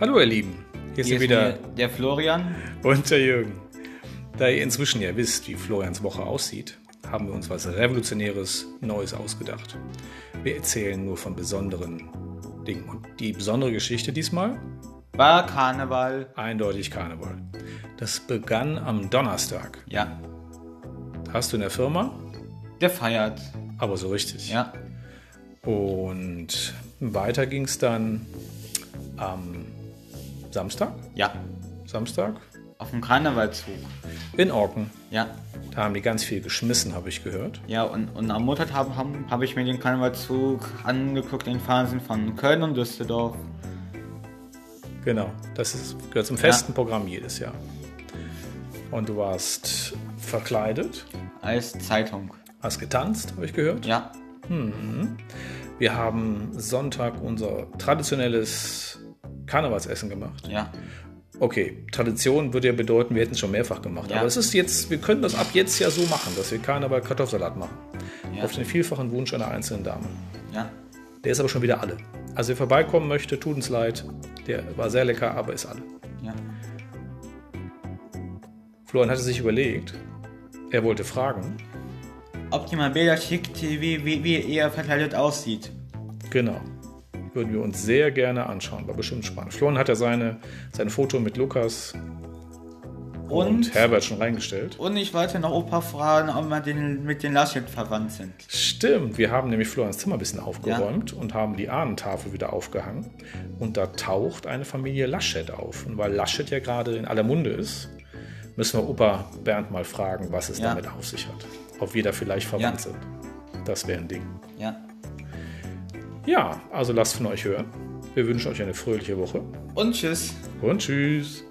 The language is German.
Hallo ihr Lieben, hier, Hier sind ist wieder mir der Florian. und der Jürgen. Da ihr inzwischen ja wisst, wie Florians Woche aussieht, haben wir uns was Revolutionäres, Neues ausgedacht. Wir erzählen nur von besonderen Dingen. Und die besondere Geschichte diesmal? War Karneval. Eindeutig Karneval. Das begann am Donnerstag. Ja. Hast du in der Firma? Der feiert. Aber so richtig. Ja. Und weiter ging es dann am Samstag. Ja. Samstag Auf dem Karnevalzug. in Orken. Ja. Da haben die ganz viel geschmissen, habe ich gehört. Ja, und, und am Montag habe haben, habe ich mir den Karnevalzug angeguckt, den Fernsehen von Köln und Düsseldorf. Genau, das ist, gehört zum festen Programm jedes Jahr. Und du warst verkleidet, Als Zeitung. hast getanzt, habe ich gehört. Ja. Wir haben Sonntag unser traditionelles Karnevalsessen gemacht. Ja. Okay, Tradition würde ja bedeuten, wir hätten es schon mehrfach gemacht. Ja. Aber es ist jetzt, wir können das ab jetzt ja so machen, dass wir Karneval Kartoffelsalat machen. Ja. Auf den vielfachen Wunsch einer einzelnen Dame. Ja. Der ist aber schon wieder alle. Also wer vorbeikommen möchte, tut uns leid. Der war sehr lecker, aber ist alle. Ja. Florian hatte sich überlegt, er wollte fragen. Ob die mal Bilder schickt, wie, wie, wie er verkleidet aussieht. Genau. Würden wir uns sehr gerne anschauen. War bestimmt spannend. Florian hat ja seine, sein Foto mit Lukas Und, und, und, Herbert schon reingestellt. ich wollte noch Opa fragen, ob wir den, mit den Laschet verwandt sind. Stimmt, wir haben nämlich Florians Zimmer ein bisschen aufgeräumt und haben die Ahnentafel wieder aufgehangen. Und da taucht eine Familie Laschet auf. Und weil Laschet ja gerade in aller Munde ist, müssen wir Opa Bernd mal fragen, was es Ja. damit auf sich hat. Ob wir da vielleicht verwandt Ja. sind. Das wäre ein Ding. Ja. Ja, also lasst von euch hören. Wir wünschen euch eine fröhliche Woche Und tschüss. und tschüss.